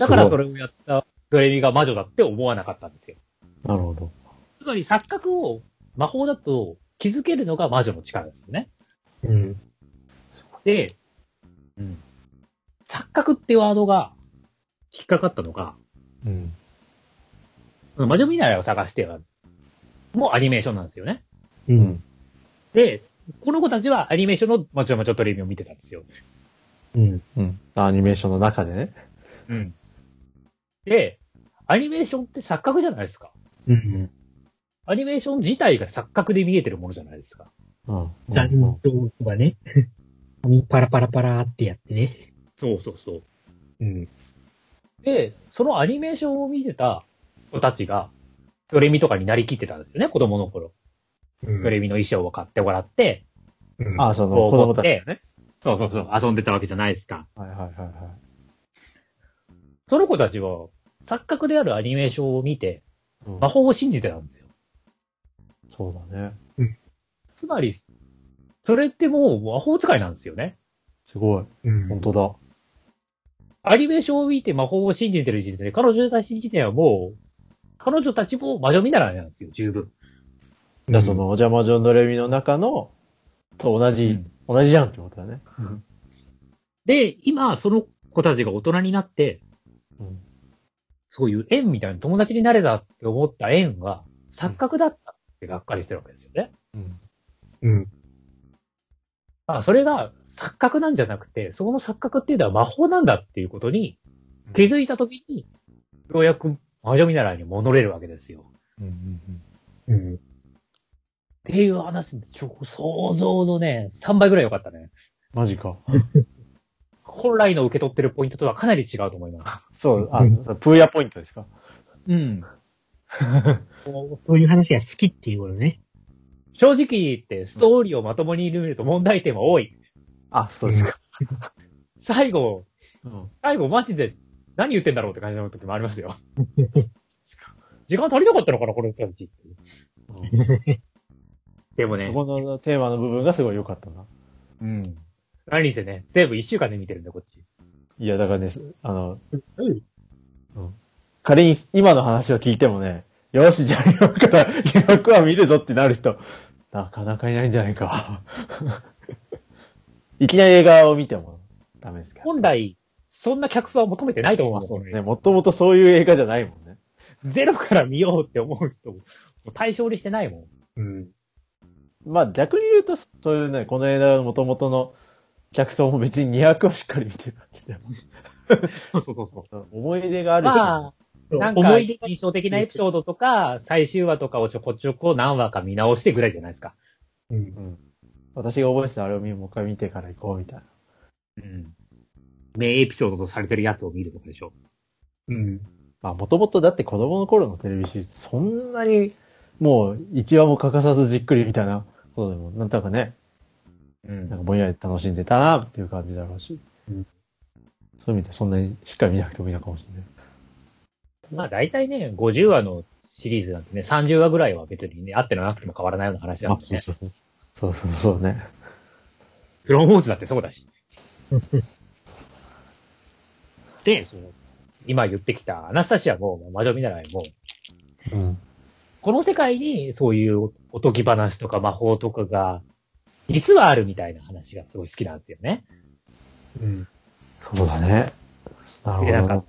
だからすそごいれをやったドレミが魔女だって思わなかったんですよ。なるほど。つまり錯覚を魔法だと気づけるのが魔女の力ですね。うん。で、うん。錯覚ってワードが引っかかったのが、うん。その魔女見習いを探しては、もうアニメーションなんですよね。う。うんん。で、この子たちはアニメーションの魔女魔女トレビを見てたんですよ。うん。うん。アニメーションの中でね。うん。で、アニメーションって錯覚じゃないですか。うん。アニメーション自体が錯覚で見えてるものじゃないですか。うん。残うん像とかね。紙パラパラパラーってやってね。そうそうそう。うん。で、そのアニメーションを見てた子たちが、ドレミとかになりきってたんですよね、子供の頃。ドレミの衣装を買ってもらって、うんあ、そのこ子う供持たっち。て、そうそうそう、遊んでたわけじゃないですか。はいはいはいはその子たちは、錯覚であるアニメーションを見て、い。うん魔法を信じてたんですよ。そうだね。つまり、それってもう魔法使いなんですよね。すごい。うん本当だ。アニメーションを見て魔法を信じてる時点で、彼女たち自体はもう、彼女たちも魔女見習いなんですよ、十分。じゃあその、お邪魔女のレミの中の、と同じ、同じじゃんってことだね。で、今、その子たちが大人になって、うん。そういう縁みたいな友達になれたって思った縁は、錯覚だったってがっかりしてるわけですよね。うん。うん。まあ、それが錯覚なんじゃなくて、そこの錯覚っていうのは魔法なんだっていうことに気づいたときに、ようやく魔女見習いに戻れるわけですよ。うんうんうん。っていう話で、ちょ想像のね、3倍ぐらい良かったね。マジか。本来の受け取ってるポイントとはかなり違うと思います。そう、あ、うんプーヤポイントですか うん。そういう話が好きっていうことね。正直言って、ストーリーをまともに見ると問題点は多い。あ、そうですか。最後、うん。最後マジで何言ってんだろうって感じの時もありますよ。時間足りなかったのかな、この人たち。うんでもねそ、このテーマの部分がすごい良かったな。うん。何せね、全部1週間で見てるんで、こっち。いや、だからね、すあの、うん仮に今の話を聞いてもね、よし、じゃあ今から200話 見るぞってなる人、なかなかいないんじゃないか。 いきなり映画を見てもダメですから。本来、そんな客層は求めてないと思うまあんですそようね。もともとそういう映画じゃないもんね。ゼロから見ようって思う人も、もう対象にしてないもん。うん。まあ逆に言うと、そういうね、この映画のもともとの客層も別に200話しっかり見てるわけでも。そうそうそう。思い出がある人もまあ、なんか思い出が印象的なエピソードとか、最終話とかをちょこちょこ何話か見直してぐらいじゃないですか。うんうん。私が覚えてたあれを見もう一回見てから行こうみたいな。うん。名エピソードとされてるやつを見るとかでしょ。うん。まあ、もともとだって子供の頃のテレビシリーズ、そんなに、もう、一話も欠かさずじっくりみたいなことでも、なんとなくね、うなんん。かぼんやり楽しんでたなっていう感じだろうし。うんそういう意味でそんなにしっかり見なくてもいいのかもしれない。まあ大体ね、50話のシリーズなんてね、30話ぐらいは別にね、あってのなくても変わらないような話なんですね。そうそう。そうそうそうね。クローンウォーズだってそうだ し。で、その今言ってきたアナスタシアも魔女見習いも、うん。この世界にそういうおとぎ話とか魔法とかが、実はあるみたいな話がすごい好きなんですよね。うん。そうだね。なで、なるんほかど。、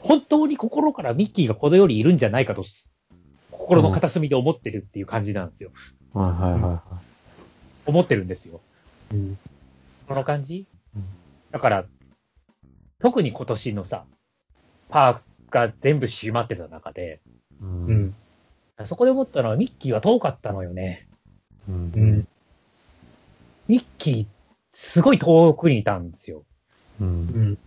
本当に心からミッキーがこの世にいるんじゃないかと、心の片隅で思ってるっていう感じなんですよ。はいはいはいはい。思ってるんですよ。うん。この感じ、うんだから、特に今年のさ、パークが全部閉まってた中で、う。うんん。そこで思ったのはミッキーは遠かったのよね。う。うんん。ミッキー、すごい遠くにいたんですよ。うん。うん。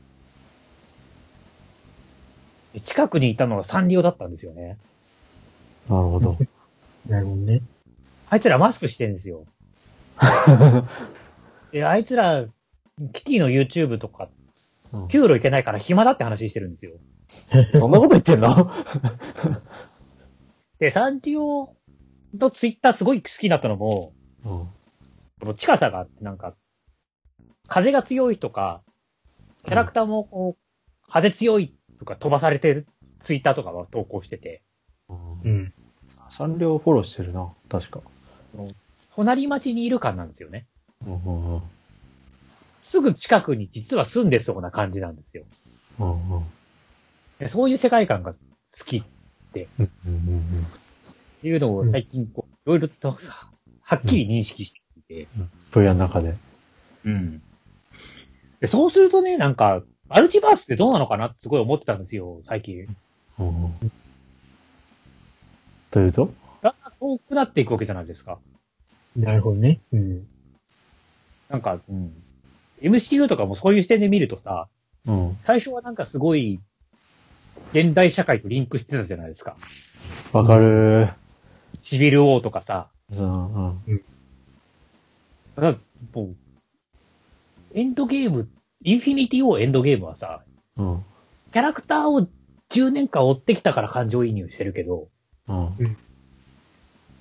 近くにいたのがサンリオだったんですよね。なるほ ど。なるほどね。あいつらマスクしてんですよ。で、あいつら、キティの YouTube とか、うん給料いけないから暇だって話してるんですよ。そんなこと言ってんので、サンリオのツイッターすごい好きになったのも、うん。この近さがあって、なんか、風が強いとか、キャラクターもこう、風強いとか飛ばされてるツイッターとかは投稿してて、うんうん。サンリオフォローしてるな、確か。隣町にいる感なんですよね。うんうんうんすぐ近くに実は住んでそうな感じなんですよ。うんうんでそういう世界観が好きっうんうんていうのを最近こう、いろいろとさ、はっきり認識していて。分野の中で。うん。でそうするとね、なんか、マルチバースってどうなのかなってすごい思ってたんですよ、最近。うんうんというとだんだん遠くなっていくわけじゃないですか。なるほどね。うん。なんか、うん。MCU とかもそういう視点で見るとさ、うん。最初はなんかすごい、現代社会とリンクしてたじゃないですか。わかるシビル王とかさ、ー。うんうん。だからもう、エンドゲーム、インフィニティ王エンドゲームはさ、うん。キャラクターを10年間追ってきたから感情移入してるけど、うん。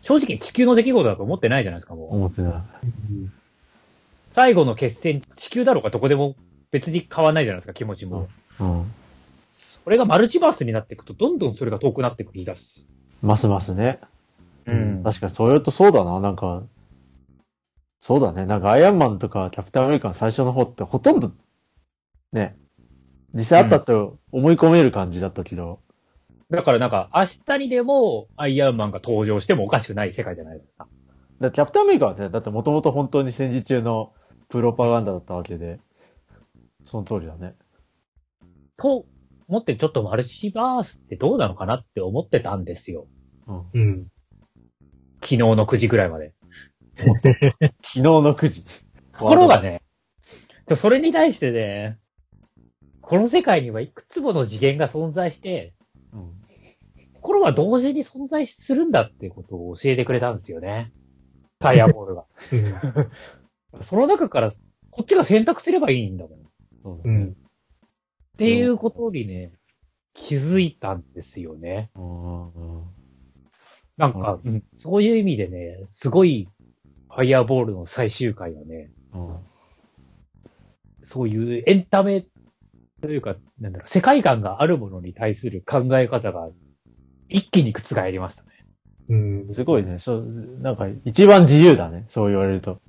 正直地球の出来事だと思ってないじゃないですか、もう。思ってな最後の決戦、地球だろうかどこでも別に変わんないじゃないですか、気持ちも。い。うん。これがマルチバースになっていくと、どんどんそれが遠くなっていく気がし。ますますね。うん確かに、それとそうだな、なんか、そうだね。なんか、アイアンマンとか、キャプテンアメリカの最初の方って、ほとんど、ね、実際あったと思い込める感じだったけど、だからなんか、明日にでもアイアンマンが登場してもおかしくない世界じゃないですか。だキャプテンアメリカはね、だってもともと本当に戦時中のプロパガンダだったわけで、その通りだね。と、思ってちょっとマルチバースってどうなのかなって思ってたんですよ。うん。う昨ん。昨日の9時ぐらいまで。日の9時。ところがね、でもそれに対してね、この世界にはいくつもの次元が存在して、うん。心は同時に存在するんだってことを教えてくれたんですよね。ファイアボー ルが。うん。その中から、こっちが選択すればいいんだもん。っそうだうねん。ていうことにね、気づいたんですよね。うんうんうんなんか、うんそういう意味でね、すごい、ファイアボールの最終回はね、うんそういうエンタメというか、なんだろう、世界観があるものに対する考え方が、一気に覆りましたね。うん。すごいね。そう、なんか、一番自由だね。そう言われると。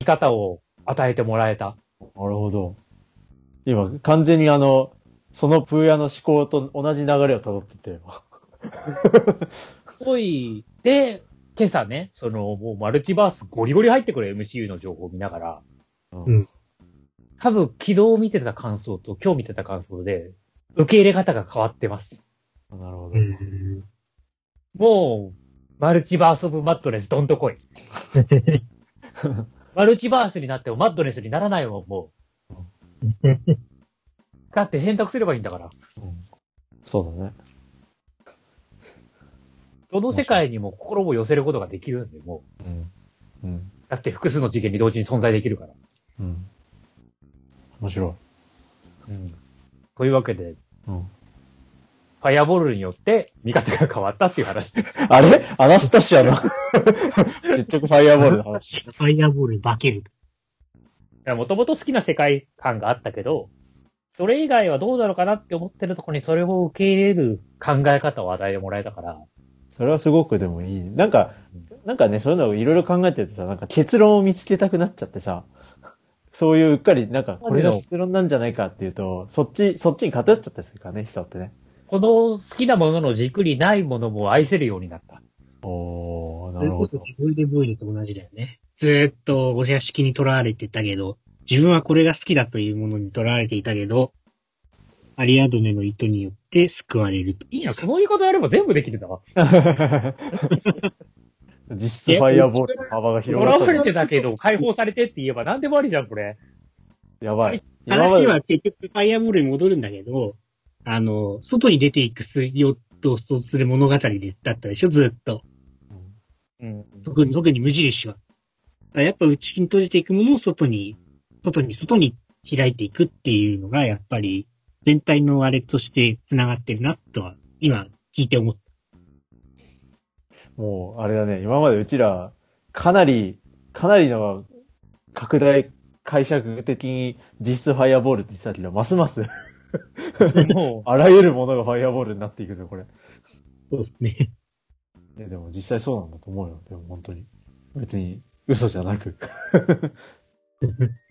見方を与えてもらえた。なるほど。今、完全にあの、そのプーヤの思考と同じ流れを辿ってってるよ。おい、で、今朝ね、その、もうマルチバースゴリゴリ入ってくる MCU の情報を見ながら、うん多分昨日見てた感想と今日見てた感想で、受け入れ方が変わってます。なるほうど。ん。もう、マルチバースオブマッドネスどんと こい。マルチバースになってもマッドネスにならないもん、もう。だって選択すればいいんだから。うんそうだね。どの世界にも心を寄せることができるんで、もうん。うん。う。だって複数の次元に同時に存在できるから。うん。面白い。うん。というわけで、うん。ファイアボールによって見方が変わったっていう話です。あれアナスタシアの結局ファイアボールの話。ファイアボールに化ける。もともと好きな世界観があったけど、それ以外はどうなのかなって思ってるとこにそれを受け入れる考え方を与えてもらえたから、それはすごくでもいい。なんか、なんかね、そういうのをいろいろ考えてるとさ、なんか結論を見つけたくなっちゃってさ、そういううっかり、なんかこれが結論なんじゃないかっていうと、そっち、そっちに偏っちゃったりするからね、人ってね。この好きなものの軸にないものも愛せるようになった。おー、なそういるうほことど。ボイデボイデと同じだよね。ずーっとお座敷にとらわれてたけど、自分はこれが好きだというものにとらわれていたけど、アリアドネの糸によって救われると。いいな、その言い方やれば全部できるんだわ。 実質ファイアボールの幅がも広らがっわたれの。てたけど、 解放されてって言えば何でもありじゃん、これ。やばい。今ま話では結局ファイアボールに戻るんだけど、あの、外に出ていくようとする物語でだったでしょ、ずーっと。うん。特に、特に無印は。だからやっぱ内に閉じていくものを外に、外に、外に開いていくっていうのが、やっぱり全体のあれとして繋がってるなとは、今聞いて思った。もう、あれだね、今までうちら、かなり、かなりの拡大解釈的に実質ファイアボールって言ってたけど、ますます、も あらゆるものがファイアボールになっていくぞ、これ。そうですね。いやでも実際そうなんだと思うよ、でも本当に。別に嘘じゃなく。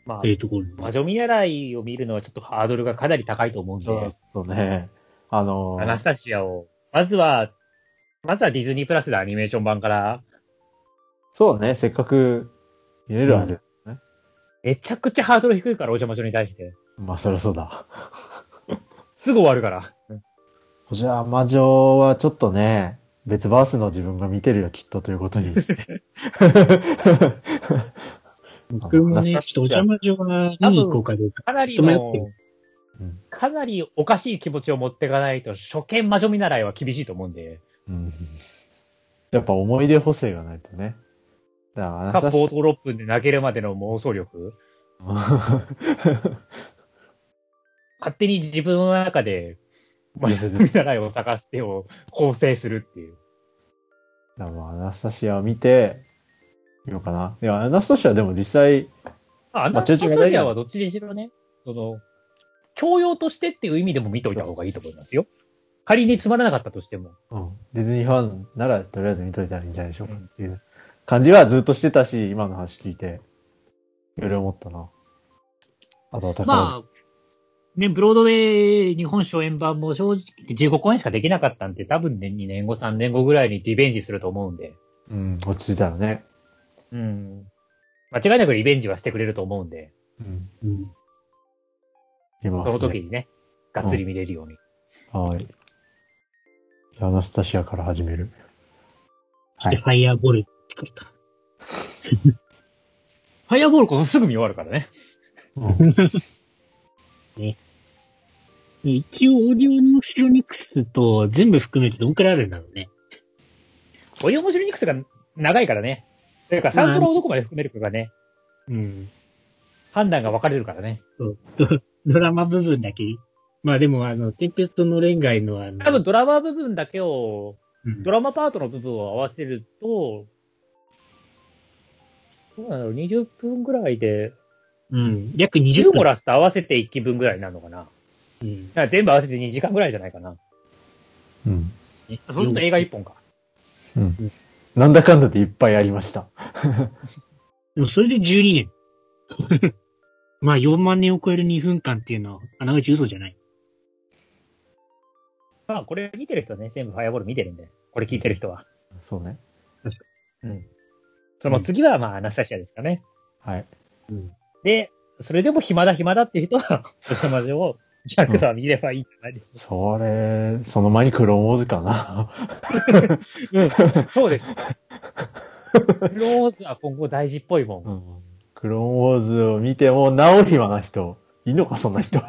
まあと、いうところに。魔女見習いを見るのはちょっとハードルがかなり高いと思うんで、そうね。あのアナスタシアを、まずは、まずはディズニープラスでアニメーション版から、そうね、せっかく見れるあれ。めちゃくちゃハードル低いから、お邪魔女に対して。まあそりゃそうだ。すぐ終わるから。こちら魔女はちょっとね、別バースの自分が見てるよ、きっとということ にして。僕もね、ちょあっとお邪魔状は見に行こうかどうか。かなりちょっとの迷って、かなりおかしい気持ちを持っていかないと、初見魔女見習いは厳しいと思うんで、うんやっぱ思い出補正がないとね。だから、アナかスタシ冒 頭6分で泣けるまでの妄想力。勝手に自分の中で、魔女見習いを探してを構成するっていう。だからまあアナスタシアを見て、みようかな。いや、アナスタシアでも実際、あ、アまあナスタ中々が大シ事アだはどっちにしろね、その、教養としてっていう意味でも見といた方がいいと思いますよ。仮につまらなかったとしても。うんディズニーファンならとりあえず見といたらいいんじゃないでしょうかっていう感じはずっとしてたし、今の話聞いて、いろいろ思ったな。あとは宝塚、まあ、ね、ブロードウェイ日本初演版も正直15公演しかできなかったんで、多分ね、2年後、3年後ぐらいにリベンジすると思うんで。うん、落ち着いたらね。うん。間違いなくリベンジはしてくれると思うんで、うん。うん。今そはのすね時にね、がっつり見れるように。はい。じゃあアナスタシアから始 める。そしてファイアーボール作った。ファイアボールこそすぐ見終わるからね。うん。一応、オーディオのシロニクスと全部含めてどんくらいあるんだろうね。こういう面白いニクスが長いからね。というか、サンプルをどこまで含めるかがね、うん。判断が分かれるからね。そう。ドドラマ部分だけ。まあでも、あの、テンペストの恋愛のあの、多分ドラマ部分だけを、うんドラマパートの部分を合わせると、どうなの ?20 分ぐらいで、うん。約20 10分。個ラスト合わせて1気分ぐらいになるのかな。だかうん。ら全部合わせて2時間ぐらいじゃないかな。うん。そうすると映画1本か。うん。なんだかんだでいっぱいありました。でもそれで12年。 まあ4万年を超える2分間っていうのは、あながち嘘じゃない。まあ、これ見てる人はね、全部ファイアボール見てるんで、これ聞いてる人は。そうね。その次は、まあ、アナスタシアですかね。はい。で、それでも暇だ暇だっていう人は、 お邪魔女を100話見ればいいんじゃないですか。それ、その前にクロモーズかな。うん、そう です。クローズは今後大事っぽいもん。うんクローンウォーズ を見ても治る暇な人、いいのか、そんな人。